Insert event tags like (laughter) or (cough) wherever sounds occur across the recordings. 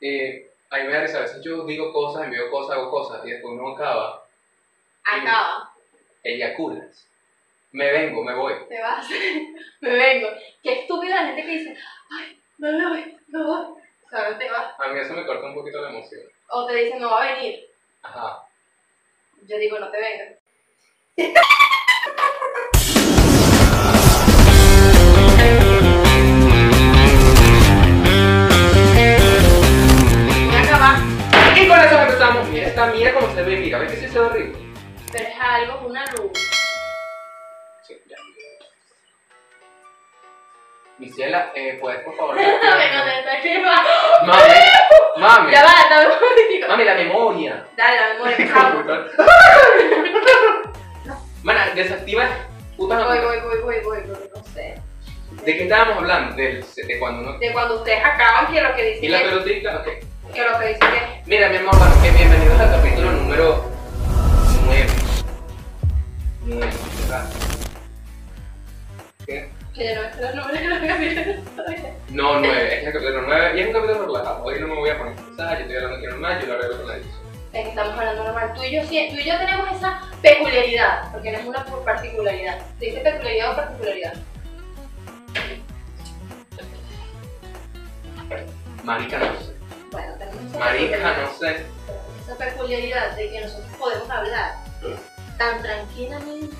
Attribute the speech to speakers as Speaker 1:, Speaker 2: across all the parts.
Speaker 1: eh, hay veces, a veces yo digo cosas, envío cosas, hago cosas, y después uno acaba,
Speaker 2: Acaba,
Speaker 1: eyaculas. Me vengo, me voy.
Speaker 2: te vas, (laughs) me vengo. Qué estúpida la gente que dice, ay, no me voy, no voy. O sea, no te vas.
Speaker 1: A mí eso me corta un poquito la emoción.
Speaker 2: O te dicen, no va a venir.
Speaker 1: Ajá.
Speaker 2: Yo digo, no te vengas. (laughs) Me acaba.
Speaker 1: Y con eso empezamos. Mira esta mira cómo se ve, mira, ¿ves que sí se ve horrible?
Speaker 2: Pero es algo, una luz. (laughs)
Speaker 1: Sí, ya. Mi ciela, eh, ¿puedes por favor?
Speaker 2: Me contesta, ¿qué va?
Speaker 1: mami, mami,
Speaker 2: Ya Ah. va, dame un momentico.
Speaker 1: mami, la memoria.
Speaker 2: Dale, la memoria, por favor.
Speaker 1: Mana, desactiva putas
Speaker 2: Voy, voy, voy, voy, voy, voy, no sé.
Speaker 1: ¿De qué estábamos hablando? Del- de cuando uno.
Speaker 2: De cuando ustedes acaban que lo que
Speaker 1: ¿Y
Speaker 2: dicen
Speaker 1: la
Speaker 2: es,
Speaker 1: pelotita? Ok.
Speaker 2: que lo que dicen es,
Speaker 1: Mira, mi amor, bueno, eh, bienvenidos al capítulo número 9. 9, ¿verdad? ¿Qué?
Speaker 2: que yo no me sé los nombres de los capítulos todavía.
Speaker 1: No, 9, es el capítulo 9 y es un capítulo relajado. Hoy no me voy a poner estresada, yo estoy hablando aquí normal, yo lo arreglo con la edición.
Speaker 2: Es que estamos hablando normal. Tú y yo, sí- tú y yo tenemos esa peculiaridad, porque no es una pu- particularidad. ¿Se dice peculiaridad o particularidad?
Speaker 1: Marica, no sé.
Speaker 2: Bueno, tenemos esa
Speaker 1: Marica,
Speaker 2: peculiaridad,
Speaker 1: no sé.
Speaker 2: tenemos esa peculiaridad de que nosotros podemos hablar tan tranquilamente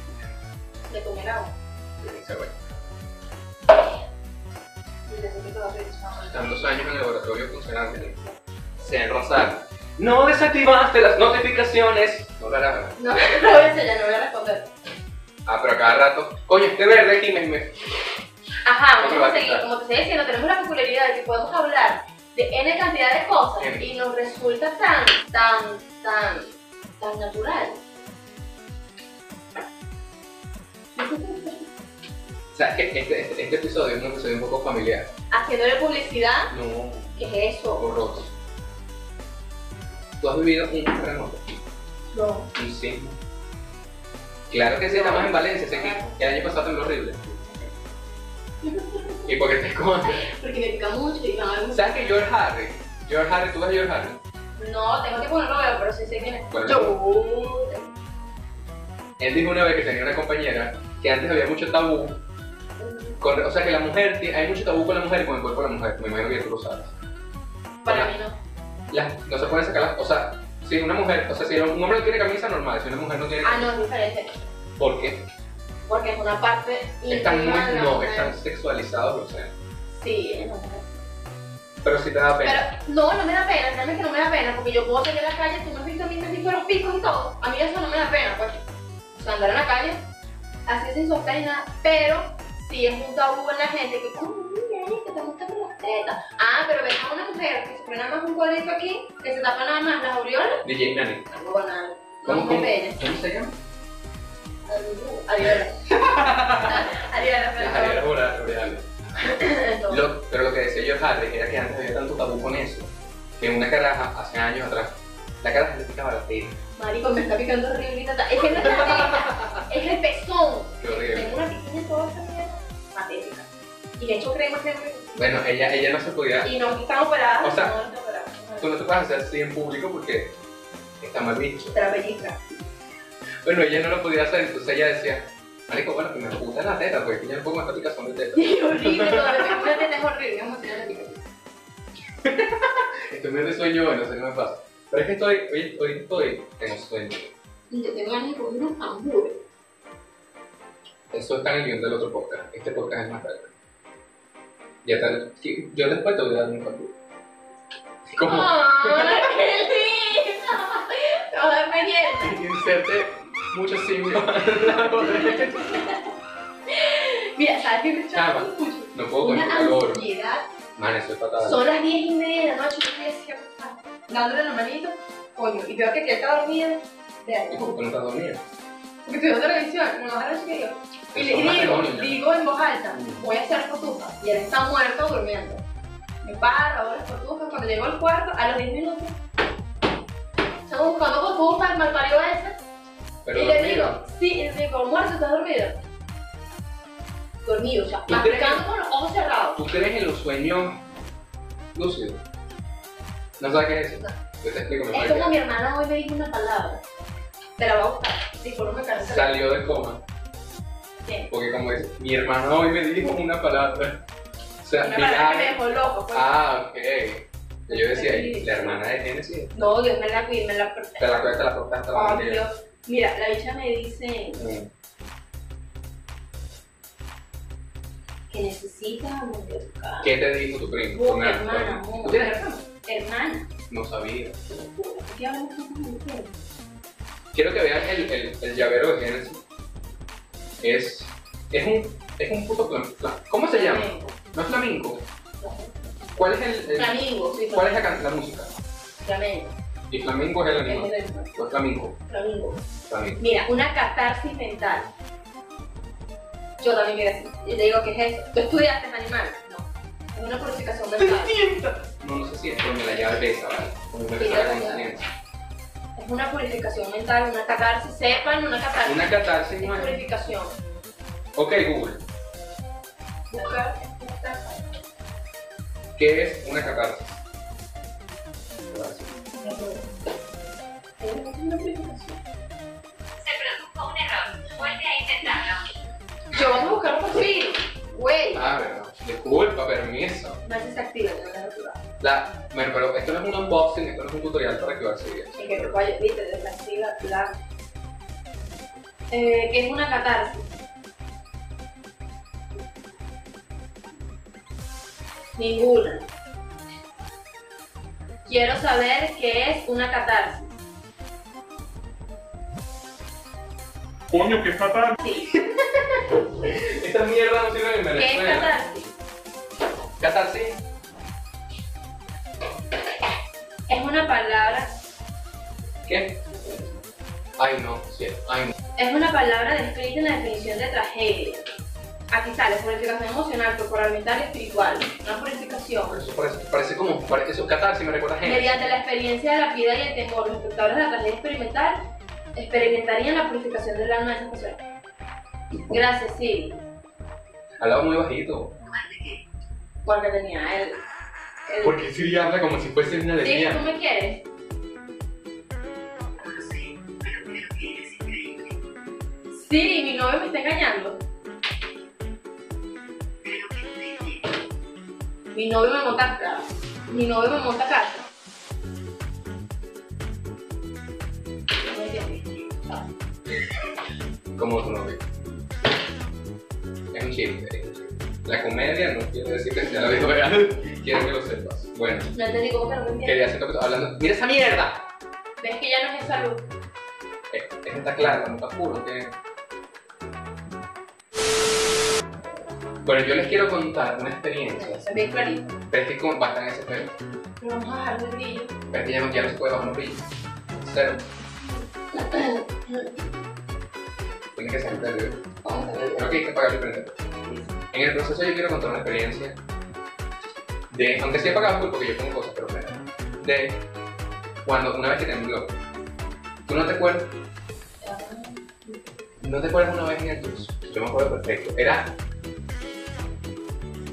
Speaker 2: de comer agua.
Speaker 1: Fíjense, bueno,
Speaker 2: Y de eso que todo es una-
Speaker 1: Tantos años en el laboratorio funcionando. Sen Rosal. No desactivaste las notificaciones. No la harás.
Speaker 2: No, no, eso ya no voy a responder.
Speaker 1: Ah, pero a cada rato. Coño, este verde aquí me. me-
Speaker 2: Ajá,
Speaker 1: Porque
Speaker 2: vamos
Speaker 1: va
Speaker 2: a
Speaker 1: a
Speaker 2: seguir.
Speaker 1: quitar.
Speaker 2: Como te estoy diciendo, tenemos la peculiaridad de que podemos hablar de N cantidad de cosas
Speaker 1: N.
Speaker 2: y nos resulta tan, tan, tan, tan natural.
Speaker 1: O sea, que este, este, este episodio es un episodio un poco familiar.
Speaker 2: Haciéndole publicidad,
Speaker 1: No,
Speaker 2: ¿qué es eso?
Speaker 1: horroroso. ¿Tú has vivido un terremoto?
Speaker 2: No.
Speaker 1: Un sismo. Claro que sí, estamos en Valencia, sé que el año pasado tembló horrible. ¿Y por qué te escondes?
Speaker 2: Porque me pica mucho y no,
Speaker 1: (laughs)
Speaker 2: no,
Speaker 1: ¿Sabes que George Harry? George Harry, ¿tú ves a George Harry?
Speaker 2: no tengo que ponerlo, pero sí sé quién es.
Speaker 1: Bueno.
Speaker 2: Yo.
Speaker 1: Él dijo una vez que tenía una compañera que antes había mucho tabú.
Speaker 2: uh,
Speaker 1: con- o sea, que la mujer, ti- hay mucho tabú con la mujer y con el cuerpo de la mujer. Me imagino que tú lo sabes.
Speaker 2: Para mí no.
Speaker 1: Las- no se pueden sacar las. O sea, si una mujer. O sea, si un hombre no tiene camisa, normal. Si una mujer no tiene.
Speaker 2: Ah, no, es diferente.
Speaker 1: ¿Por qué?
Speaker 2: Porque es una parte
Speaker 1: Están
Speaker 2: íntima de
Speaker 1: muy.
Speaker 2: la
Speaker 1: No,
Speaker 2: mujer.
Speaker 1: están sexualizados los senos.
Speaker 2: Sí, es una mujer.
Speaker 1: Pero sí te da pena.
Speaker 2: Pero no, no me da pena, créeme que no me da pena, porque yo puedo salir a la calle, tú me has visto a mí, me has visto los picos y todo. A mí eso no me da pena, pues. O sea, andar en la calle, así sin sostén y nada, pero sí es un tabú en la gente que, como, mira, este te mostrando las tetas. Ah, pero ves a una mujer que se pone nada más un cuadrito aquí, que se tapa nada más las aureolas,
Speaker 1: DJ Nani.
Speaker 2: no con nada. No
Speaker 1: ¿Cómo,
Speaker 2: me
Speaker 1: cómo?
Speaker 2: pena.
Speaker 1: ¿Cómo se llama? (laughs)
Speaker 2: Ariola. Ariola,
Speaker 1: Las areolas
Speaker 2: perdón.
Speaker 1: ora- oreales.
Speaker 2: Entonces,
Speaker 1: Lo- pero lo que decía yo Harry era que antes había tanto tabú con eso. Que una caraja, hace años atrás, la caraja le picaba la teta.
Speaker 2: Marico, me está picando horrible y tata. Es que no es la teta, es el pezón.
Speaker 1: Qué horrible.
Speaker 2: Tengo una piquiña toda esta mierda patética. Y le echo crema, crema, crema.
Speaker 1: Bueno, ella, ella no se podía.
Speaker 2: Y no están operadas.
Speaker 1: O sea,
Speaker 2: no están operadas.
Speaker 1: Tú no te puedes hacer así en público porque está mal visto.
Speaker 2: Te la pellizca.
Speaker 1: Bueno, ella no lo podía hacer, entonces ella decía, Marico, bueno, que me gusta la teta, porque ya no pongo esta picazón (laughs) de teta.
Speaker 2: (laughs) Y horrible, todo lo que me meten es horrible. Vamos a tirar la piquiña.
Speaker 1: Estoy medio de sueño, bueno, sé qué me pasa. Pero es que estoy, hoy, hoy estoy, tengo sueño.
Speaker 2: Y Yo tengo ganas de comer un (laughs) hamburgues.
Speaker 1: Eso está en el guión del otro podcast. Este podcast es más tarde. Ya tal, que- yo después te voy a dar un capítulo. Como,
Speaker 2: ¡Ay, qué lindo! Te vas a dar pendiente.
Speaker 1: inserte muchos signos al lado de-
Speaker 2: Mira, ¿sabes qué me está
Speaker 1: Chama.
Speaker 2: dando mucho?
Speaker 1: No puedo Oh, con el
Speaker 2: Una
Speaker 1: calor.
Speaker 2: ansiedad.
Speaker 1: Man, eso es fatal.
Speaker 2: Son las 10 y media de la noche. Yo estoy así, ah, dándole la manito. Coño, y veo que aquí está dormida.
Speaker 1: ¿Y
Speaker 2: Vean,
Speaker 1: por qué no estás dormida?
Speaker 2: porque estoy viendo televisión. No, ahora sí que yo.
Speaker 1: Eso
Speaker 2: Y
Speaker 1: es
Speaker 2: le digo,
Speaker 1: matrimonio, ya.
Speaker 2: digo en voz alta, voy a hacer cotufas. Y él está muerto durmiendo. Me paro, hago las cotufas. Cuando llego al cuarto, a los 10 minutos, estamos buscando cotufas, el malparido ese.
Speaker 1: Pero
Speaker 2: y le
Speaker 1: dormida.
Speaker 2: digo, sí, y le digo, muerto, estás dormido. Dormido, o sea,
Speaker 1: ¿Tú crees?
Speaker 2: masticando con los ojos cerrados.
Speaker 1: ¿Tú crees en los sueños lúcidos? ¿No sabes qué es eso?
Speaker 2: No.
Speaker 1: Yo te explico mejor.
Speaker 2: Es como mi hermana hoy me dijo una palabra. Te la voy a buscar. Dijo, no me canso.
Speaker 1: Salió del coma.
Speaker 2: ¿Quién?
Speaker 1: Porque como es, mi hermano hoy me dijo una palabra. O sea,
Speaker 2: Una
Speaker 1: mi
Speaker 2: palabra que
Speaker 1: madre-
Speaker 2: me dejó loco. pues.
Speaker 1: Ah, ok. Y Yo decía, ¿y la hermana de Genesis.
Speaker 2: No, Dios me la cuide, me la protege.
Speaker 1: Te la cuesta la corta hasta la
Speaker 2: Ay,
Speaker 1: bandera.
Speaker 2: Dios. Mira, la bicha me dice
Speaker 1: Mm.
Speaker 2: que necesitas amor de tu casa.
Speaker 1: ¿Qué te dijo tu primo?
Speaker 2: Oh,
Speaker 1: Con
Speaker 2: mi
Speaker 1: algo.
Speaker 2: hermana, amor.
Speaker 1: ¿Tú tienes hermano?
Speaker 2: Hermana,
Speaker 1: No sabía.
Speaker 2: te lo juro, ¿por qué hablamos tanto de mujeres?
Speaker 1: Quiero que vean el, el, el llavero de Genesis. Es, es un, es un puto flam- flam- ¿Cómo se llama?
Speaker 2: Flamenco.
Speaker 1: ¿No es flamenco? ¿Cuál es el, el-
Speaker 2: Flamingo, sí,
Speaker 1: Eh, cuál es la, can- la música?
Speaker 2: flamenco.
Speaker 1: Y flamenco es el
Speaker 2: Es
Speaker 1: animal. Pues
Speaker 2: del mar,
Speaker 1: ¿O es flamenco?
Speaker 2: Flamingo.
Speaker 1: Flamenco.
Speaker 2: Mira, una catarsis mental. Yo también quiero decir. Yo te digo que es eso. ¿Tú estudiaste animal? No. Es una purificación mental.
Speaker 1: No, no sé si es porque la llave besa, ¿vale? Como que
Speaker 2: Sí,
Speaker 1: besa la
Speaker 2: la llave.
Speaker 1: conciencia.
Speaker 2: Es una purificación mental, una catarsis. Sepan, una catarsis.
Speaker 1: Una catarsis
Speaker 2: es
Speaker 1: no es.
Speaker 2: purificación.
Speaker 1: Ok, Google.
Speaker 2: Buscar una catarsis.
Speaker 1: ¿Qué es una catarsis? Gracias.
Speaker 2: Es una purificación.
Speaker 3: Se produjo un error. Vuelve a intentarlo.
Speaker 2: Yo vamos a buscar un perfil. Güey.
Speaker 1: Ah, verdad. Disculpa, permiso.
Speaker 2: Más desactiva, no la natural.
Speaker 1: La, bueno, pero esto no es un unboxing, esto no es un tutorial para activar su
Speaker 2: El que te vaya, viste, desactiva, la. Eh, que es una catarsis. Ninguna. Quiero saber qué es una catarsis.
Speaker 4: Coño, qué fatal.
Speaker 2: Sí.
Speaker 1: Esta mierda no sirve en
Speaker 2: ¿Qué es
Speaker 1: Venezuela.
Speaker 2: catarsis?
Speaker 1: Catarsis.
Speaker 2: Es una palabra,
Speaker 1: ¿Qué? Ay, no, sí, ay, no.
Speaker 2: es una palabra descrita en la definición de tragedia. Aquí sale purificación emocional, corporal, mental y espiritual. Una purificación.
Speaker 1: Por eso parece, parece como, parece eso, catarsis me recuerda a gente.
Speaker 2: Mediante la experiencia de la vida y el temor, los espectadores de la tragedia experimental experimentarían la purificación del alma de esas personas. Gracias, sí,
Speaker 1: Hablaba muy bajito.
Speaker 2: porque tenía el. el-
Speaker 1: Porque Siri habla como si fuese una
Speaker 2: Sí,
Speaker 1: lesbiana.
Speaker 2: tú me quieres. Sí, mi novio me está engañando. Mi novio me monta casa. Mi novio me monta casa. No entendí.
Speaker 1: como tu novio. Es un chiste, es un chiste. La comedia no quiere decir que sea la vida real, (laughs) quiero que lo sepas. Bueno,
Speaker 2: No entendí cómo que no me entiendes.
Speaker 1: quería hacer lo que estaba hablando. ¡Mira esa mierda!
Speaker 2: Ves que ya no es esa luz.
Speaker 1: Eh, Esa está clara, no está oscuro. que- Bueno, yo les quiero contar una experiencia,
Speaker 2: Se ve clarito.
Speaker 1: pero es que como bastan ese pelo,
Speaker 2: Pero vamos a dejar de brillo.
Speaker 1: pero es que ya no, ya no se puede bajar un brillo. Cero. Tiene que salir del brillo.
Speaker 2: Vamos a ver.
Speaker 1: Creo que hay que pagar el prender. En el proceso yo quiero contar una experiencia de, aunque sí he pagado full porque yo pongo cosas, pero bueno, de cuando una vez que tembló. ¿Tú no te acuerdas? ¿No te acuerdas una vez en el curso? Yo me acuerdo perfecto. Era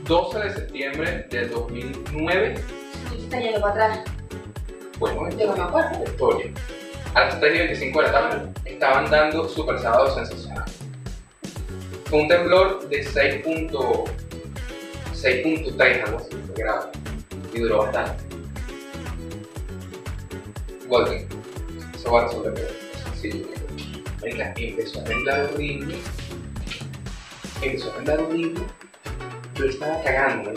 Speaker 1: 12 de septiembre del 2009.
Speaker 2: Tú te estás yendo para atrás.
Speaker 1: Bueno,
Speaker 2: Yo no me acuerdo.
Speaker 1: historia. A las 3 y 25 de la tarde estaban dando Super Sábado Sensacional. Fue un temblor de 6.0 6.3 algo así, fue grave. Y duró bastante. Golden. Eso va a resolver. eso es sencillo. Venga, empezó a temblar horrible. Empezó a temblar horrible. Yo estaba cagando. ¿eh?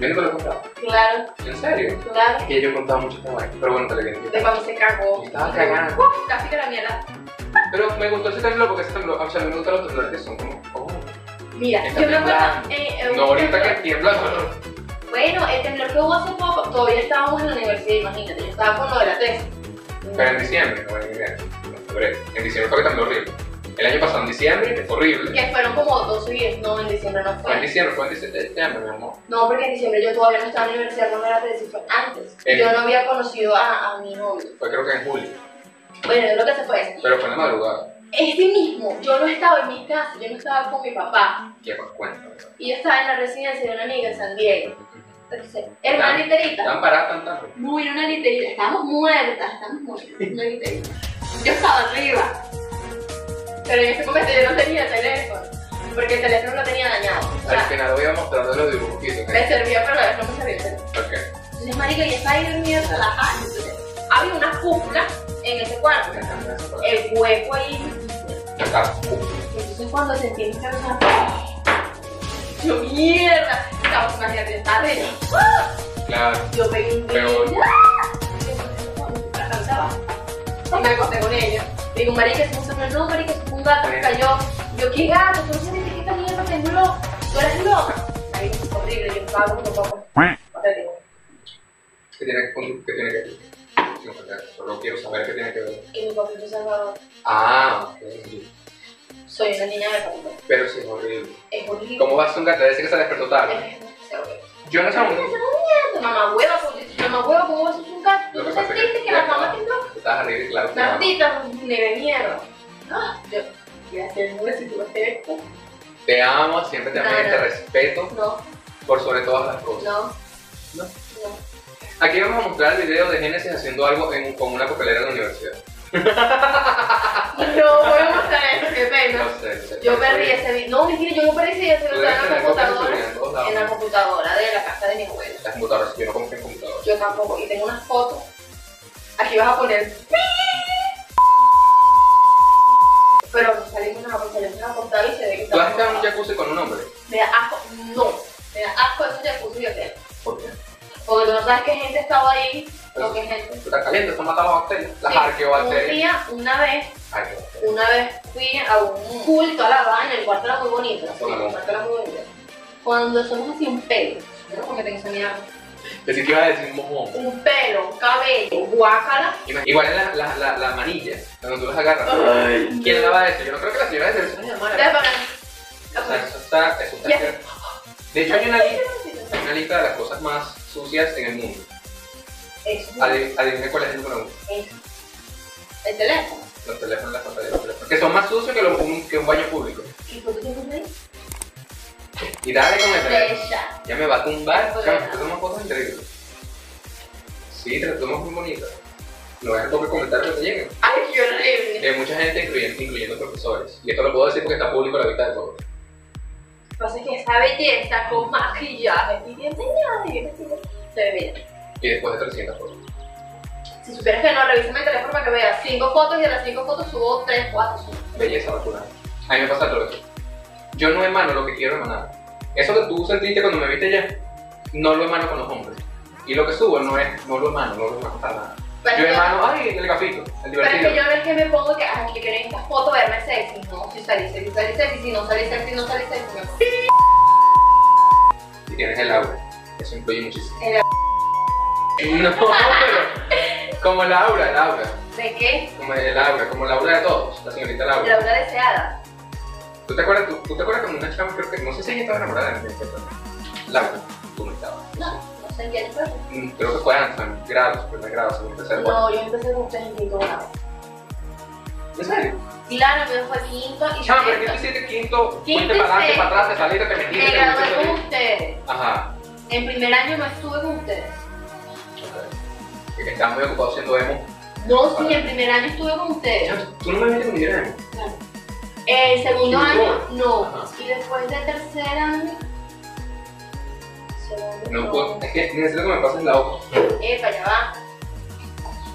Speaker 1: Yo no te lo he contado.
Speaker 2: Claro,
Speaker 1: ¿En serio?
Speaker 2: claro.
Speaker 1: Que yo he contado mucho esta vaina. Pero bueno, te lo voy a
Speaker 2: De cuando se cagó.
Speaker 1: yo estaba cagando.
Speaker 2: Casi que la mierda.
Speaker 1: Pero me gustó ese temblor porque ese temblor, o sea, a mí me gustan los temblores que son como, oh,
Speaker 2: Mira,
Speaker 1: Está
Speaker 2: yo me acuerdo.
Speaker 1: temblando.
Speaker 2: eh, eh,
Speaker 1: no ahorita que
Speaker 2: temblor-
Speaker 1: tiembla.
Speaker 2: Bueno, el temblor que hubo hace poco, todavía estábamos en la universidad, imagínate. Yo estaba con lo de la tesis.
Speaker 1: Pero en diciembre, no en enero, no, en febrero. En diciembre fue que tembló horrible. El año pasado, en diciembre, que fue horrible.
Speaker 2: Que fueron como dos días. No, en diciembre no
Speaker 1: Fue en
Speaker 2: fue.
Speaker 1: diciembre, fue en diciembre, eh, septiembre, mi amor.
Speaker 2: No, porque en diciembre yo todavía no estaba en la universidad, no me la tesis, fue antes.
Speaker 1: Eh.
Speaker 2: Yo no había conocido a, a mi novio.
Speaker 1: Fue creo que en julio,
Speaker 2: Bueno, yo creo que se fue ese.
Speaker 1: pero fue en la madrugada.
Speaker 2: Ese mismo, yo no estaba en mi casa, yo no estaba con mi papá.
Speaker 1: Ya más cuenta, ¿verdad?
Speaker 2: Y yo estaba en la residencia de una amiga en San Diego. tercero. Era una literita.
Speaker 1: Tan parada, tan tarde.
Speaker 2: No, era una literita. Estábamos muertas, estábamos muertas. Una literita. Yo estaba arriba. Pero en ese momento yo no tenía teléfono. Porque el teléfono lo tenía dañado. O
Speaker 1: Al
Speaker 2: sea,
Speaker 1: final voy a mostrar los dibujitos. ¿ok?
Speaker 2: me servía para ver cómo se había hecho.
Speaker 1: Ok.
Speaker 2: Entonces, marica, y estaba ahí dormida relajada. Entonces, había una cúpula en ese cuarto. El hueco ahí
Speaker 1: Acá.
Speaker 2: Entonces cuando sentí mi cabeza, yo mierda, estaba con la tarde,
Speaker 1: Claro.
Speaker 2: yo pegué un grito,
Speaker 1: Pero-
Speaker 2: ¡ah! la cantaba, y me acosté con ella. Le digo, marica, es un sombrero, no, marica, es un gato que cayó. Yo, ¿qué gato? ¿Tú no sabes de qué esta mierda tembló? ¿Tú eres loca? Ahí es horrible, yo estaba como poco. Ahora digo,
Speaker 1: ¿Qué tiene, con- qué tiene que ver? No, ok, Solo quiero saber qué tiene que ver.
Speaker 2: que mi papito salvador,
Speaker 1: Ah, ok.
Speaker 2: soy una niña de papito.
Speaker 1: pero sí es horrible.
Speaker 2: Es horrible.
Speaker 1: ¿Cómo vas a un gato? Dice que se despertó tarde.
Speaker 2: Es demasiado horrible.
Speaker 1: Yo en ese momento
Speaker 2: Mamá hueva, porque mamá hueva, ¿cómo vas a hacer un gato? ¿Tú
Speaker 1: Lo
Speaker 2: no
Speaker 1: que pasa es que-
Speaker 2: sentiste que la mamá tembló?
Speaker 1: estás arriba y claro. claro.
Speaker 2: Maldita neve mierda. Ah, Yo voy a hacer un si tú haces esto.
Speaker 1: Te amo, siempre te amé,
Speaker 2: No, no.
Speaker 1: te respeto
Speaker 2: pues, No,
Speaker 1: por sobre todas las cosas.
Speaker 2: no.
Speaker 1: No.
Speaker 2: No.
Speaker 1: Aquí vamos a mostrar el video de Génesis haciendo algo en- con una papelera en la universidad.
Speaker 2: No voy a mostrar eso, qué pena.
Speaker 1: No sé, no sé.
Speaker 2: Yo perdí ese video. No, mentira, yo no perdí ese video, se
Speaker 1: Tú
Speaker 2: lo
Speaker 1: debes
Speaker 2: estaba en la
Speaker 1: tener copias de seguridad
Speaker 2: computadora.
Speaker 1: en todos
Speaker 2: En la
Speaker 1: lados.
Speaker 2: computadora de la casa de mi abuela.
Speaker 1: Las computadoras, yo no confío en computadoras.
Speaker 2: Yo tampoco. Y tengo unas fotos. Aquí vas a poner. Pero salimos a salimos a portada y se ve que
Speaker 1: ¿Tú has
Speaker 2: está.
Speaker 1: estado en un jacuzzi con un hombre?
Speaker 2: Me da asco. No. Me da asco esos jacuzzi de hotel.
Speaker 1: ¿Por qué?
Speaker 2: Porque tú no sabes qué gente estaba ahí o qué gente.
Speaker 1: Tú estás caliente, son matado las bacterias. Las
Speaker 2: Sí, Un
Speaker 1: arqueobacterias.
Speaker 2: día, una vez,
Speaker 1: Arqueobacterias.
Speaker 2: una vez fui a un culto a la Habana, el cuarto era muy bonito, sí, el cuarto era muy bonito. Cuando somos así un pelo, yo no porque tengo esa mierda,
Speaker 1: Pensé que ibas a decir un mojón.
Speaker 2: un pelo, un cabello, guácala.
Speaker 1: Ima- Igual en las la, la, las manillas, cuando tú las agarras. ¿Quién la va a decir? Yo no creo que la señora de servicio ni de
Speaker 2: Te
Speaker 1: mala.
Speaker 2: van
Speaker 1: O sea, eso está. Eso está
Speaker 2: Ya.
Speaker 1: De hecho, hay una, li- hay una lista de las cosas más sucias en el mundo.
Speaker 2: Eso,
Speaker 1: Adi- Adivina cuál es el número uno.
Speaker 2: eso. El teléfono.
Speaker 1: Los teléfonos, las pantallas, los teléfonos. Que son más sucios que, lo- un, que un baño público.
Speaker 2: ¿Y por qué te ahí?
Speaker 1: Y dale con el
Speaker 2: Ah,
Speaker 1: teléfono.
Speaker 2: Bella.
Speaker 1: Ya me va a tumbar.
Speaker 2: Hola.
Speaker 1: Chama, te tomas fotos increíbles. Sí, te las tomas muy bonitas. No es porque comentarios que te lleguen.
Speaker 2: Ay, qué horrible.
Speaker 1: Hay mucha gente, incluyendo, incluyendo profesores. Y esto lo puedo decir porque está público a la vista de todos.
Speaker 2: Lo que pasa es que esa belleza con maquillaje y bien maquillaje, se ve bien.
Speaker 1: Y después de 300 fotos.
Speaker 2: Si supieras que no, revísame el teléfono para que veas cinco fotos y de las cinco fotos subo tres, cuatro, cinco.
Speaker 1: belleza vacunada. A mí me pasa todo eso. Yo no emano lo que quiero emanar. Eso que tú sentiste cuando me viste ya, no lo emano con los hombres. Y lo que subo no es, no lo emano, no lo emano para nada.
Speaker 2: Pero
Speaker 1: Yo
Speaker 2: es que-
Speaker 1: emano, ay, el gafito, el
Speaker 2: pero es
Speaker 1: divertido.
Speaker 2: que yo no es que me pongo que, ay, que quiero en esta foto verme sexy. No, si salí sexy, salí sexy, si no salí sexy, no salí sexy. no.
Speaker 1: Y tienes el aura. Eso influye muchísimo. (laughs)
Speaker 2: El
Speaker 1: No,
Speaker 2: (laughs)
Speaker 1: pero como el aura, el aura.
Speaker 2: ¿De qué?
Speaker 1: Como el aura, como el aura de todos, la señorita
Speaker 2: De la
Speaker 1: Laura.
Speaker 2: una deseada.
Speaker 1: ¿Tú te acuerdas, tú, tú te acuerdas cuando una chava, creo que, no sé si ella estaba enamorada de mí, pero- Laura, tú no estabas.
Speaker 2: No, no sé en qué fue.
Speaker 1: Mm, Creo que fue Anton, grados, primer grado, segundo, tercer cuarto.
Speaker 2: No, yo empecé con ustedes en quinto grado.
Speaker 1: ¿En serio?
Speaker 2: Claro, me fue quinto y
Speaker 1: Chama, pero ¿qué tú
Speaker 2: sexto.
Speaker 1: hiciste quinto?
Speaker 2: Quinto
Speaker 1: Fuiste para adelante,
Speaker 2: y
Speaker 1: para atrás, te saliste, te metiste,
Speaker 2: Me
Speaker 1: te
Speaker 2: gradué
Speaker 1: metiste,
Speaker 2: con
Speaker 1: te-
Speaker 2: ustedes.
Speaker 1: Ajá.
Speaker 2: En primer año no estuve con ustedes.
Speaker 1: Ok. Que estás muy ocupado siendo emo.
Speaker 2: No, sí, en primer año estuve con ustedes.
Speaker 1: Chama, Tú no me viste cuando yo era emo.
Speaker 2: El segundo
Speaker 1: ¿Y
Speaker 2: año, no.
Speaker 1: Ajá.
Speaker 2: Y después del tercer año. Segundo,
Speaker 1: No puedo, es que necesito que me pases la hoja.
Speaker 2: Epa, ya va.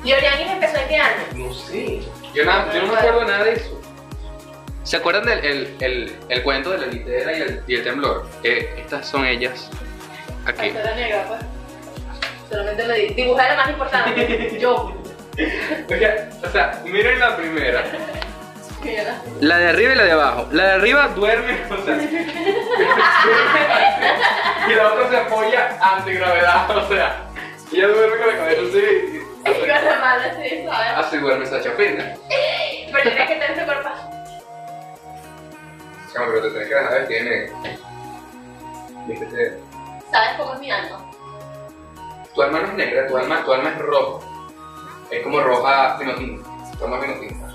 Speaker 2: ¿Y Orianis empezó en qué año?
Speaker 1: No sé. Yo, nada, yo no me acuerdo de nada de eso. ¿Se acuerdan del el, el, el cuento de la litera y el, y el temblor? Eh, estas son ellas. Aquí.
Speaker 2: Pastora negra, pues. Solamente lo di. Dibujé lo
Speaker 1: (laughs)
Speaker 2: más importante. Yo.
Speaker 1: Oye, o sea, miren la primera.
Speaker 2: Que yo la-
Speaker 1: La de arriba y la de abajo. La de arriba duerme, (laughs) o sea. y la otra se apoya ante gravedad, (laughs) o sea. Ella duerme con la cabeza así.
Speaker 2: Con la mano así, ¿sabes?
Speaker 1: Así duerme esa chapina.
Speaker 2: Pero tienes que tener ese cuerpo.
Speaker 1: Chama, pero te tenés que dejar vestir negro. Vístete.
Speaker 2: ¿Sabes cómo es mi alma?
Speaker 1: Tu alma no es negra, tu alma, tu alma es roja. Es como roja finotinta. Toma finotinta.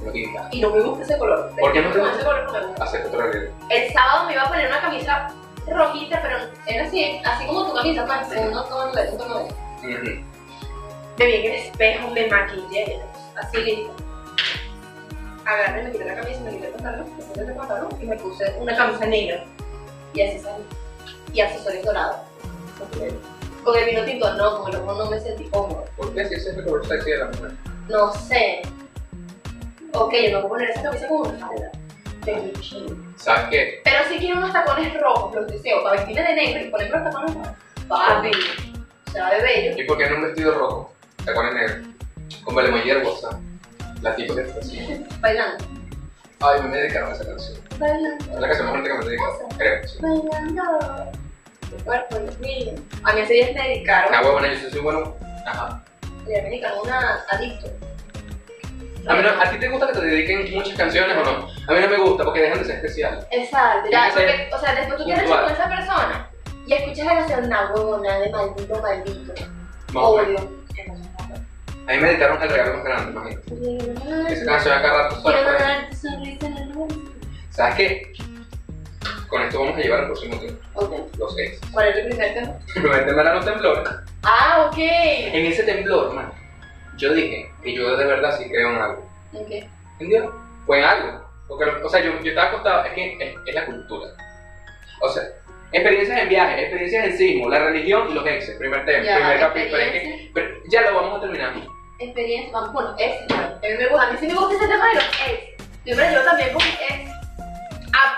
Speaker 1: Finotinta.
Speaker 2: Y no me gusta ese color.
Speaker 1: ¿Por qué no te
Speaker 2: Con
Speaker 1: gusta?
Speaker 2: ese color no me gusta.
Speaker 1: Hace otro realidad.
Speaker 2: El sábado me iba a poner una camisa rojita, pero era así, así como tu camisa, pues, pero no todo el un tono de.
Speaker 1: Ujú.
Speaker 2: Me vi en el espejo, me maquillé, así listo. Agarré, me quité la camisa, me quité el pantalón, me puse el pantalón y me puse una camisa negra. Y así salí. Y accesorios dorados. Porque el vino tinto no, porque luego no me sentí cómodo.
Speaker 1: ¿Por qué si ese es el color sexy de la mujer?
Speaker 2: No sé. Ok, yo no voy a poner esa camisa como una falda. De Gucci.
Speaker 1: ¿Sabes qué?
Speaker 2: Pero sí quiero unos tacones rojos, los deseo, para vestirme de negro y ponerme los tacones rojos. Papi, se va a ver bello.
Speaker 1: ¿Y por qué no un vestido rojo? Tacones negros. Como el emoji del WhatsApp. La tipo que está así.
Speaker 2: Bailando,
Speaker 1: Ay, me dedicaron a esa canción. Es
Speaker 2: bailando,
Speaker 1: la canción más fuerte que me dedicaron. Creo, sí.
Speaker 2: bailando. Mi cuerpo, Dios mío. pues, A mí ese día me dedicaron,
Speaker 1: Ah, bueno, yo soy bueno. Ajá.
Speaker 2: le dedicaron una adicto.
Speaker 1: A, mí no- ¿A ti te gusta que te dediquen muchas canciones o no? A mí no me gusta porque dejan de ser especiales.
Speaker 2: Exacto, ya,
Speaker 1: Tiene que
Speaker 2: porque, o sea, después tú quieres
Speaker 1: puntual.
Speaker 2: con esa persona y escuchas la canción, na huevona, de maldito, maldito.
Speaker 1: No,
Speaker 2: Obvio.
Speaker 1: A mí me dedicaron el regalo más grande, imagínate. Esa canción acá rato solo
Speaker 2: Quiero
Speaker 1: por ahí.
Speaker 2: dar tu sonrisa en el mundo.
Speaker 1: ¿Sabes qué? Con esto vamos a llevar al próximo tema.
Speaker 2: Ok.
Speaker 1: Los ex. (laughs)
Speaker 2: ¿Cuál es el primer tema?
Speaker 1: El primer tema era los temblores.
Speaker 2: Ah, ok.
Speaker 1: En ese temblor, man, yo dije que yo de verdad sí creo en algo.
Speaker 2: Ok.
Speaker 1: ¿En Dios? Fue en algo. Porque, o sea, yo, yo estaba acostado, es que es, es la cultura. O sea, experiencias en viajes, experiencias en sismo, la religión y los exes. Primer tema, primer
Speaker 2: Ya,
Speaker 1: capítulo. Pero es que-
Speaker 2: experiencia,
Speaker 1: pero ya lo vamos a terminar.
Speaker 2: experiencia, vamos con los ex. A mí, me gusta, a mí sí me gusta ese tema de los ex. Yo me yo también con mis ex.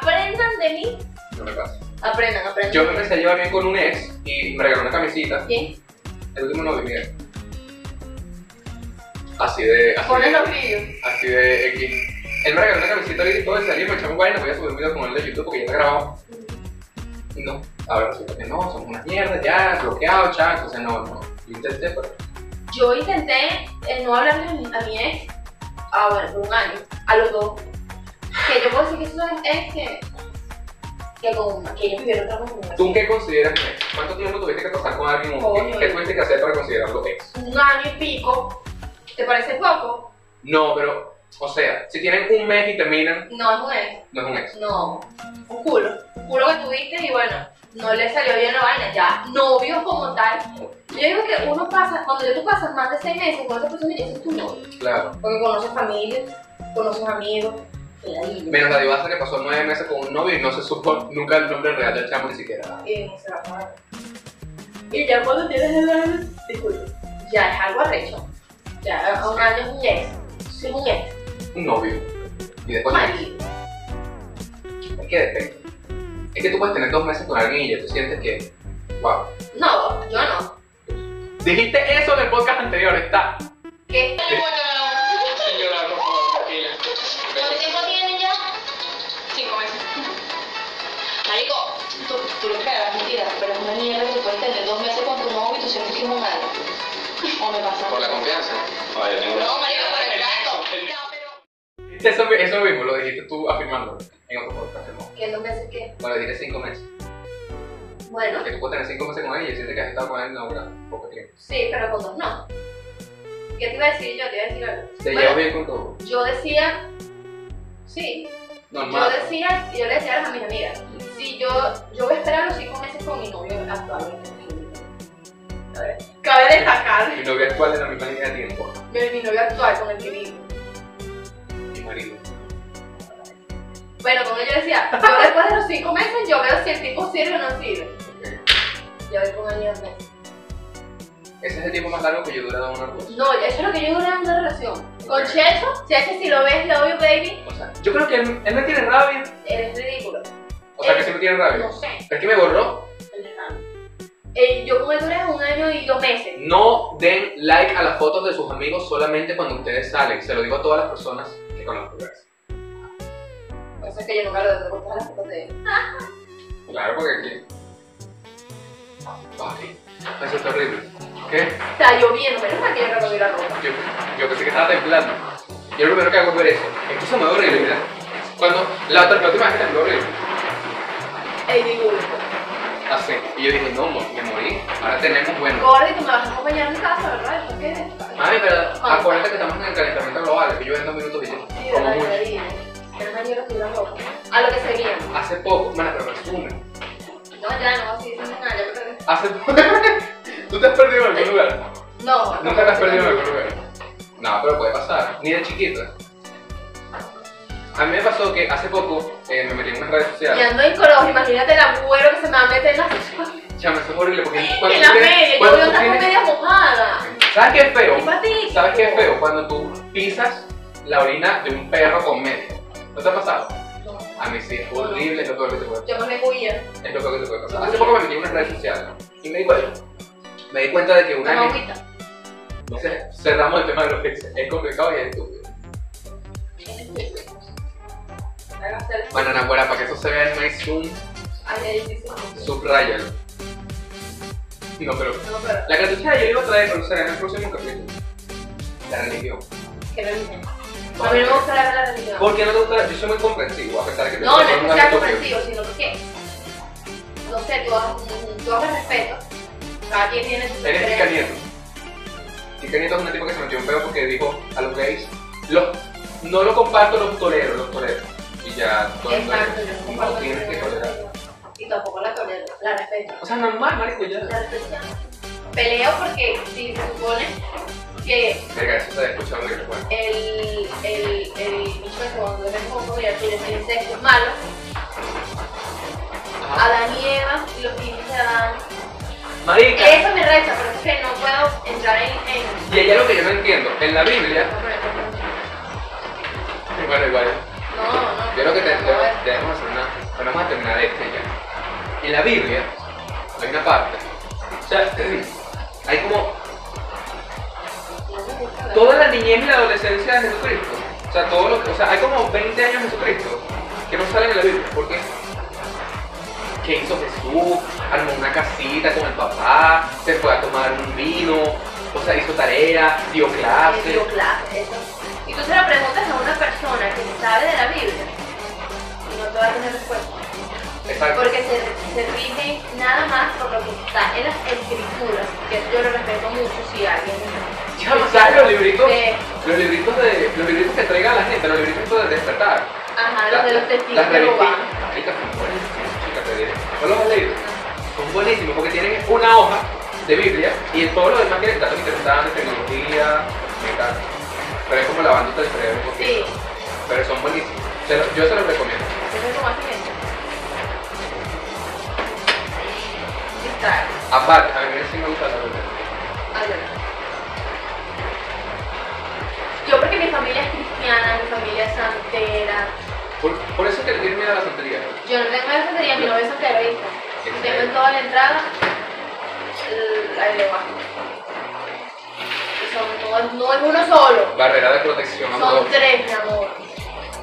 Speaker 2: Aprendan de mí.
Speaker 1: No me pasa.
Speaker 2: Aprendan, aprendan.
Speaker 1: Yo me empecé a llevar bien con un ex y me regaló una camisita.
Speaker 2: ¿Quién?
Speaker 1: El último novio mío. Así de. Así
Speaker 2: Ponen
Speaker 1: de,
Speaker 2: los vídeos.
Speaker 1: así de X. Él me regaló una camisita ahorita y todo de salir, me echamos vaina, voy a subir un video con él de YouTube porque ya está grabado. Y no, ahora resulta que no, somos una mierda, ya, bloqueado, chaco, o sea, no, no. Yo intenté, pues, pero
Speaker 2: Yo intenté eh, no hablarle a mi, a mi ex, ah, bueno, por un año, a los dos. Que yo puedo decir que esos son ex que, que, con, que ellos vivieron otra cosa.
Speaker 1: ¿tú qué consideras un ex? ¿Cuánto tiempo tuviste que pasar con alguien? o ¿Qué,
Speaker 2: Coño.
Speaker 1: qué tuviste que hacer para considerarlo ex?
Speaker 2: Un año y pico, ¿te parece poco?
Speaker 1: No, pero, o sea, si tienen un mes y terminan,
Speaker 2: No es un ex,
Speaker 1: no es un ex.
Speaker 2: no, un culo. Un culo que tuviste y bueno, no le salió bien la vaina, ya, novios como tal. Yo digo que uno pasa, cuando ya tú pasas más de seis meses con esa persona, ya es tu novio.
Speaker 1: Claro.
Speaker 2: Porque conoces familia, conoces amigos, y ahí.
Speaker 1: Menos la divasa que pasó nueve meses con un novio y no se supo nunca el nombre real del chamo ni siquiera.
Speaker 2: y se la pagan. Y ya cuando tienes el bebé, disculpe, ya es algo arrecho. Ya un año es un ex, sí un ex,
Speaker 1: Un novio. Y después un ex.
Speaker 2: marido.
Speaker 1: Es que depende. Es que tú puedes tener dos meses con alguien y ya te sientes que. ¡Wow!
Speaker 2: No, yo no.
Speaker 1: Dijiste eso en el podcast anterior, está.
Speaker 2: ¿Qué?
Speaker 1: Señora, por favor, tranquila.
Speaker 5: ¿Cuánto tiempo tienen ya? Cinco meses. Marico, tú, tú lo cagas, mentira, pero es una mierda que puedes tener dos meses con tu novio y tú sientes que es un algo. O me pasa.
Speaker 1: Por la confianza.
Speaker 5: No, marico, por el gato.
Speaker 1: Eso, eso mismo, lo dijiste tú afirmándolo en otro podcast. No.
Speaker 2: ¿Qué dos meses qué?
Speaker 1: Bueno, dijiste cinco meses.
Speaker 2: Bueno,
Speaker 1: Que tú puedes tener cinco meses con ella y sientes que has estado con él no, poco tiempo.
Speaker 2: sí, pero con dos no. ¿Qué te iba a decir yo? Te iba a decir algo.
Speaker 1: Te
Speaker 2: Bueno,
Speaker 1: llevas bien con todo.
Speaker 2: yo decía, sí, yo
Speaker 1: Normal.
Speaker 2: decía, yo le decía a las- a mis amigas, si yo, yo voy a esperar los cinco meses con mi novio actualmente. A ver, Cabe destacar
Speaker 1: Mi novia actual es la misma línea de tiempo.
Speaker 2: mi, mi novio actual con el que vivo.
Speaker 1: Mi marido.
Speaker 2: Bueno, como yo decía, yo después de los cinco meses yo veo si el tipo sirve o no sirve.
Speaker 1: Ok.
Speaker 2: Yo voy con año y dos meses.
Speaker 1: Ese es el tiempo más largo que yo he durado en una relación.
Speaker 2: No, eso es lo que yo duré en una relación. Con Checho, Checho, si lo ves, love you, baby,
Speaker 1: O sea, yo creo que él, él me tiene rabia.
Speaker 2: eres ridículo.
Speaker 1: O sea, que sí me tiene rabia.
Speaker 2: No sé,
Speaker 1: Es que me borró.
Speaker 2: el hermano. Eh, yo con él duré un año y dos meses.
Speaker 1: No den like a las fotos de sus amigos solamente cuando ustedes salen. Se lo digo a todas las personas que conozco. gracias.
Speaker 2: Por eso es que yo nunca le doy gustar las fotos de él.
Speaker 1: Claro, porque aquí. Ay, eso es horrible. ¿Qué?
Speaker 2: Está lloviendo, menos mal que yo no recogí la ropa.
Speaker 1: Yo, yo pensé que estaba temblando. Yo lo primero que hago es ver eso. Esto se mueve horrible, mira. Cuando la otra la última vez tembló horrible.
Speaker 2: Ey, digo,
Speaker 1: Así. Y yo dije, no, mo- me morí. Ahora tenemos bueno.
Speaker 2: Gordy, tú me vas a acompañar a mi casa, ¿verdad? ¿Por qué?
Speaker 1: Mami, pero acuérdate que estamos en el calentamiento global. Que yo en dos minutos y yo.
Speaker 2: Sí,
Speaker 1: Como
Speaker 2: verdad,
Speaker 1: mucho.
Speaker 2: yo digo. Menos mal yo recogí la ropa. A lo que se viene.
Speaker 1: Hace poco, bueno, pero resumen.
Speaker 2: No,
Speaker 1: Hace (laughs) ¿Tú te has perdido en algún lugar?
Speaker 2: No.
Speaker 1: Nunca te has perdido en algún lugar. No, pero puede pasar. Ni de chiquita. A mí me pasó que hace poco eh, me metí en unas redes
Speaker 2: Y
Speaker 1: sociales.
Speaker 2: ando en coro, imagínate el agüero que se me va a meter en la,
Speaker 1: Chama, eso es horrible porque cuando
Speaker 2: en la
Speaker 1: tú tienes-
Speaker 2: media. Yo
Speaker 1: cuando
Speaker 2: veo
Speaker 1: tú
Speaker 2: una
Speaker 1: tienes-
Speaker 2: media mojada.
Speaker 1: ¿Sabes qué es feo?
Speaker 2: Y patito.
Speaker 1: ¿Sabes qué es feo? Cuando tú pisas la orina de un perro con medio. ¿No te ha pasado?
Speaker 2: No,
Speaker 1: A mí sí, es horrible, es lo peor que te puede
Speaker 2: Yo me huía.
Speaker 1: Es lo peor que te puede pasar. Hace poco me metí en unas redes sociales y me di cuenta. Me di cuenta de que una
Speaker 2: Una
Speaker 1: de mis-
Speaker 2: agüita.
Speaker 1: Entonces, cerramos el tema de los pies. Es complicado y es estúpido. Bueno, Nahuara, para que eso se vea en My Zoom,
Speaker 2: Ay, ahí sí, sí.
Speaker 1: subrayalo. No, pero.
Speaker 2: No, pero.
Speaker 1: La cartuchera yo la iba a traer, pero será en el próximo capítulo. La religión.
Speaker 2: Que religión. A mí no me gusta la la religión.
Speaker 1: ¿Por qué no te gusta la- Yo soy muy comprensivo, a pesar de que te
Speaker 2: No, no
Speaker 1: soy
Speaker 2: es que
Speaker 1: un
Speaker 2: sea
Speaker 1: estúpido.
Speaker 2: comprensivo, sino que, no sé, tú hagas, un- tú hagas respeto, cada quien tiene su
Speaker 1: Eres Chica
Speaker 2: creencia.
Speaker 1: Nieto. Chica Nieto es una tipo que se metió un pedo porque dijo a los gays, los, no lo comparto, los tolero, los tolero. Y ya todo el mundo-
Speaker 2: Exacto, yo no comparto
Speaker 1: No tienes que
Speaker 2: la
Speaker 1: tolerar.
Speaker 2: religión. Y tampoco la tolero, la respeto.
Speaker 1: O sea, normal, marico, ya.
Speaker 2: La respeto. Peleo porque si se supone que
Speaker 1: Verga, eso está escuchando que recuerdo.
Speaker 2: el, el, el bicho ese, cuando eres homofobia tuyo tiene sexo es malo,
Speaker 1: Ah,
Speaker 2: Adán y Eva y los niños de Adán.
Speaker 1: Marica.
Speaker 2: Eso me resta, pero es que no puedo entrar en... en
Speaker 1: Y allá lo que yo no entiendo, en la Biblia, bueno, igual,
Speaker 2: no, no.
Speaker 1: yo creo que te-
Speaker 2: no, no,
Speaker 1: te- debemos hacer una, bueno, vamos a terminar este ya. En la Biblia, hay una parte, o sea, (clears throat) hay como toda la niñez y la adolescencia de Jesucristo. O sea, todo lo que, o sea, hay como 20 años de Jesucristo que no salen en la Biblia. ¿Por qué? ¿Qué hizo Jesús? Armó una casita con el papá, se fue a tomar un vino, o sea, hizo tarea, dio clase.
Speaker 2: Digo, Ah, claro, eso. Y tú se lo preguntas a una persona que sabe de la Biblia y no te va a tener respuesta.
Speaker 1: Exacto.
Speaker 2: Porque se, se rige nada más por lo que está en las escrituras, que yo lo respeto mucho si alguien.
Speaker 1: Chama, (laughs) ¿sabes los libritos?
Speaker 2: De,
Speaker 1: Los libritos, de, los libritos que entrega la gente, los libritos de despertar.
Speaker 2: ajá, Ah, los de los testigos
Speaker 1: Las
Speaker 2: de
Speaker 1: revistas.
Speaker 2: Jehová.
Speaker 1: Marica, son buenísimos, chicas, te diré. ¿No los has leído? Son buenísimos porque tienen una hoja de Biblia y todo lo demás que datos interesantes, tecnología, metal. Pero es como lavándote el cerebro un poquito.
Speaker 2: Sí,
Speaker 1: Pero son buenísimos. Se lo- yo se los recomiendo.
Speaker 2: eso es como así Distrae.
Speaker 1: Aparte, a mí sí me gusta la Biblia.
Speaker 2: Ayúdame. Yo porque mi familia es cristiana, mi familia es santera.
Speaker 1: Por, por eso es que le tienes miedo a la santería.
Speaker 2: Yo no tengo la santería, mi novia es santerista. Tengo en toda la entrada el- ahí le bajo. Y son- no, es- no es uno solo,
Speaker 1: Barrera de protección,
Speaker 2: son
Speaker 1: amor.
Speaker 2: tres, mi amor.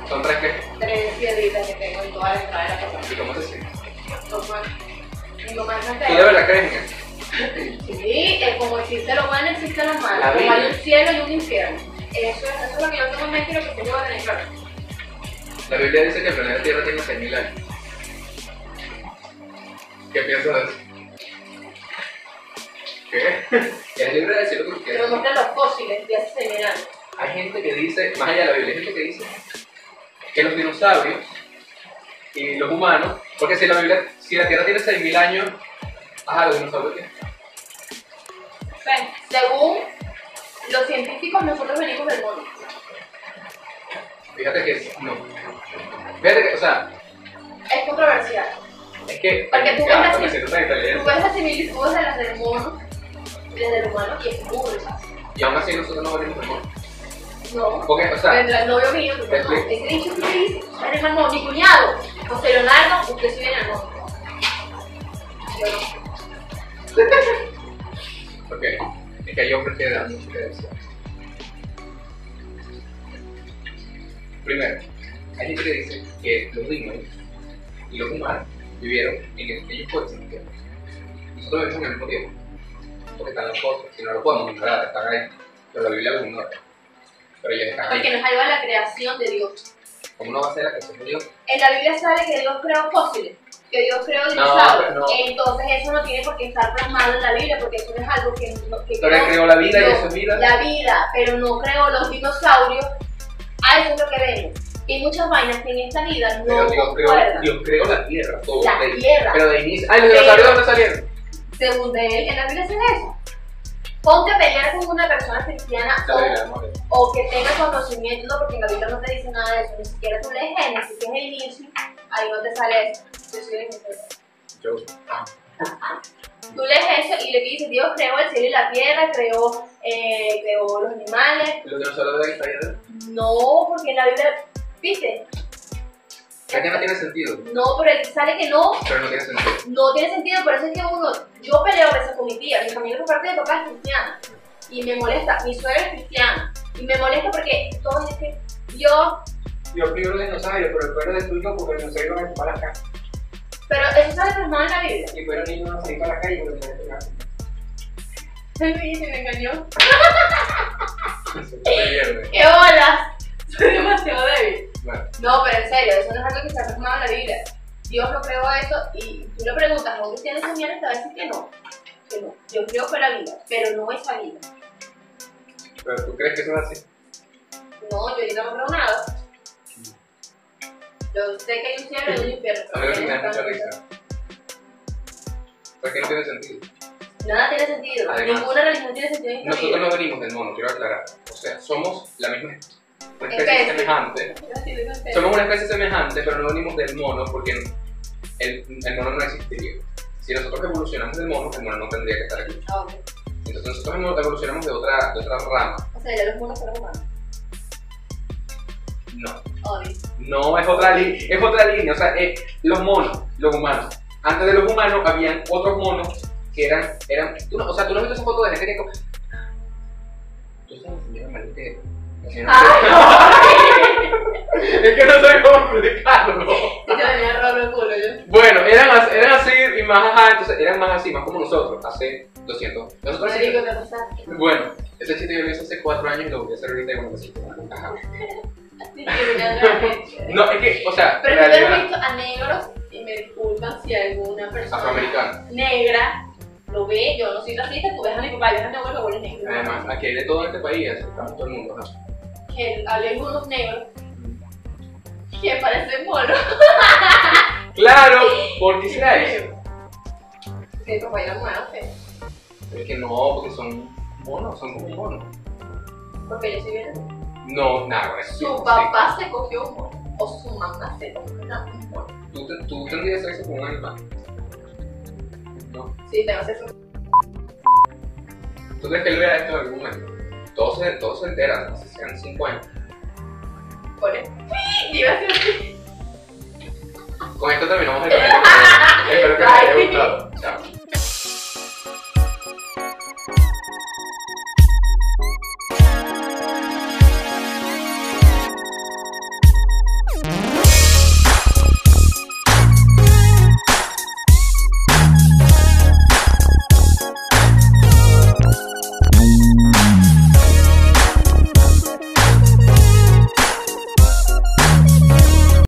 Speaker 1: Son tres que.
Speaker 2: Tres piedritas que tengo en toda la entrada de la casa.
Speaker 1: ¿Y cómo te sientes?
Speaker 2: Son más- Mi mamá es
Speaker 1: ¿Tú de
Speaker 2: santera.
Speaker 1: verdad crees en eso?
Speaker 2: Sí, eh, como existe lo bueno, existe lo malo.
Speaker 1: La
Speaker 2: Como hay
Speaker 1: Biblia.
Speaker 2: un cielo y un infierno. Eso es, eso es lo que yo tengo en mente y lo que tengo que tener claro.
Speaker 1: La Biblia dice que el planeta Tierra tiene 6.000 años. ¿Qué piensas de eso? ¿Qué? (laughs) Es libre de decir lo que
Speaker 2: que me
Speaker 1: quieras.
Speaker 2: muestran los fósiles de hace 100.000 años.
Speaker 1: Hay gente que dice, más allá de la Biblia, hay gente que dice que los dinosaurios y los humanos, porque si la Biblia, si la Tierra tiene 6.000 años, ajá, los dinosaurios tienen.
Speaker 2: Ven, Según los científicos, nosotros venimos del mono.
Speaker 1: Fíjate que es- no. Fíjate que, o sea,
Speaker 2: Es controversial.
Speaker 1: es que.
Speaker 2: Porque tú ves
Speaker 1: Ah,
Speaker 2: así.
Speaker 1: me siento tan
Speaker 2: Tú
Speaker 1: inteligente.
Speaker 2: ves las similitudes de las del mono, desde el humano, y es burro.
Speaker 1: Y aún así nosotros no venimos del mono.
Speaker 2: No.
Speaker 1: Porque, o sea,
Speaker 2: Vendrá el novio mío,
Speaker 1: te
Speaker 2: no,
Speaker 1: explico.
Speaker 2: ese dicho que dice, eres al mono, mi cuñado, José Leonardo, usted sí viene al mono. Yo no.
Speaker 1: Porque es que hay hombres que dan mucho que desear. Primero, hay gente que dice que los niños y los humanos vivieron en el ellos coexisten. Nosotros vivimos en el mismo tiempo. Porque están las cosas, si no lo podemos ignorar, están ahí. Pero la Biblia lo ignora. Pero ellos están ahí.
Speaker 2: Porque nos ayuda la creación de Dios.
Speaker 1: ¿Cómo no va a ser la creación de Dios?
Speaker 2: En la Biblia sale que Dios creó fósiles, que Dios creó
Speaker 1: pero
Speaker 2: dinosaurios.
Speaker 1: no.
Speaker 2: Entonces eso no tiene por qué estar plasmado en la Biblia, porque eso no es algo que, no- que
Speaker 1: Pero él creó la vida y
Speaker 2: no,
Speaker 1: eso es vida.
Speaker 2: La vida, pero no creó los dinosaurios. A eso es lo que vemos. Y muchas vainas que en esta vida no
Speaker 1: Pero Dios creó,
Speaker 2: concuerdan.
Speaker 1: Dios creó la tierra, todo.
Speaker 2: La
Speaker 1: de-
Speaker 2: tierra.
Speaker 1: Pero de inicio. ¡Ay, los
Speaker 2: Pero-
Speaker 1: dinosaurios dónde salieron!
Speaker 2: según de él, en la Biblia sí es eso. Ponte a pelear con una persona cristiana
Speaker 1: Ya le ganamos.
Speaker 2: o, o que tenga conocimiento, porque en la Biblia no te dice nada de eso, ni siquiera tú lees Génesis, que es el inicio, ahí no te sale eso. Yo soy el inicio.
Speaker 1: Yo,
Speaker 2: Tú lees eso y le dices, Dios creó el cielo y la tierra, creó, eh, creó los animales.
Speaker 1: lo que nos habla de Israel,
Speaker 2: No, porque en la Biblia, viste,
Speaker 1: es que no tiene sentido,
Speaker 2: no, pero él sale que no,
Speaker 1: pero no tiene sentido.
Speaker 2: no tiene sentido, por eso es que uno, yo peleo a veces con mi tía, mi familia por parte de papá es cristiana, y me molesta, mi suegra es cristiana, y me molesta porque todos dicen, yo,
Speaker 6: Yo pido un dinosaurio, pero el cuero es tuyo porque el dinosaurio me fumó a la calle.
Speaker 2: pero eso sale plasmado en la Biblia. (laughs)
Speaker 6: Y fueron niños no salí para la calle y me lo tenía que pegar.
Speaker 2: Y se me engañó.
Speaker 1: Se pierde.
Speaker 2: ¡Qué horas! Soy demasiado débil.
Speaker 1: Bueno,
Speaker 2: No, pero en serio, eso no es algo que se ha plasmado en la Biblia. Dios lo creó eso y tú le preguntas a un cristiano señales te va a decir que no. Que no. Yo creo que la vida, pero no esa vida.
Speaker 1: pero tú crees que eso es así.
Speaker 2: No, yo no creo nada. Yo sé que hay un cielo y un infierno.
Speaker 1: A mí lo que me da mucha risa. Porque no tiene sentido.
Speaker 2: Nada tiene sentido.
Speaker 1: Además,
Speaker 2: Ninguna religión tiene sentido en esta
Speaker 1: Nosotros
Speaker 2: vida.
Speaker 1: no venimos del mono, quiero aclarar. O sea, somos la misma especie, una especie
Speaker 2: Especie.
Speaker 1: semejante. Somos una especie semejante, pero no venimos del mono porque el, el mono no existiría. Si nosotros evolucionamos del mono, el mono no tendría que estar aquí.
Speaker 2: Ah, ok.
Speaker 1: Entonces nosotros emo- evolucionamos de otra, de otra rama.
Speaker 2: O sea, ya los monos fueron humanos.
Speaker 1: No.
Speaker 2: Obvio.
Speaker 1: No, es otra, li- es otra línea. O sea, es los monos, los humanos. Antes de los humanos habían otros monos que eran... eran tú no- o sea, tú no viste esa foto de la gente que... co- Tú eres una señora maldita. Una señora- (laughs) es que no sé cómo explicarlo.
Speaker 2: Yo venía raro el culo, yo.
Speaker 1: Bueno, eran, as- eran así y más ajá, entonces eran más así, más como nosotros, hace 200. Nosotros
Speaker 2: Me digo que (laughs) pasaste.
Speaker 1: Bueno, ese chiste yo lo hice hace 4 años y lo voy a hacer ahorita con los chiste. Ajá.
Speaker 2: Así que me da la-
Speaker 1: No, es que, o sea,
Speaker 2: Pero yo he
Speaker 1: realidad
Speaker 2: visto a negros, y me disculpan si alguna persona
Speaker 1: afroamericana.
Speaker 2: negra lo ve, yo no soy racista, tú ves a mi papá, yo a mi abuelo, mi abuelo es negro.
Speaker 1: Además, aquí hay de todo este país, aceptamos todo el mundo. ¿no?
Speaker 2: Que hablé con unos negros que parecen monos.
Speaker 1: Claro, ¿por qué será eso?
Speaker 2: Que mi papá era morado, feo,
Speaker 1: Es que no, porque son monos, son como monos.
Speaker 2: porque yo soy bien.
Speaker 1: No, nada, es
Speaker 2: Su papá se cogió un mono, o su mamá se cogió una- un mono.
Speaker 1: ¿Tú, te- tú tendrías sexo con un animal.
Speaker 2: Sí, tengo sexo.
Speaker 1: ¿Tú crees que él vea esto en algún momento? Todos se, todos se enteran, así sean 5 años.
Speaker 2: con él. ¡Sí! Y iba a ser (laughs)
Speaker 1: Con esto terminamos el capítulo. Espero que les haya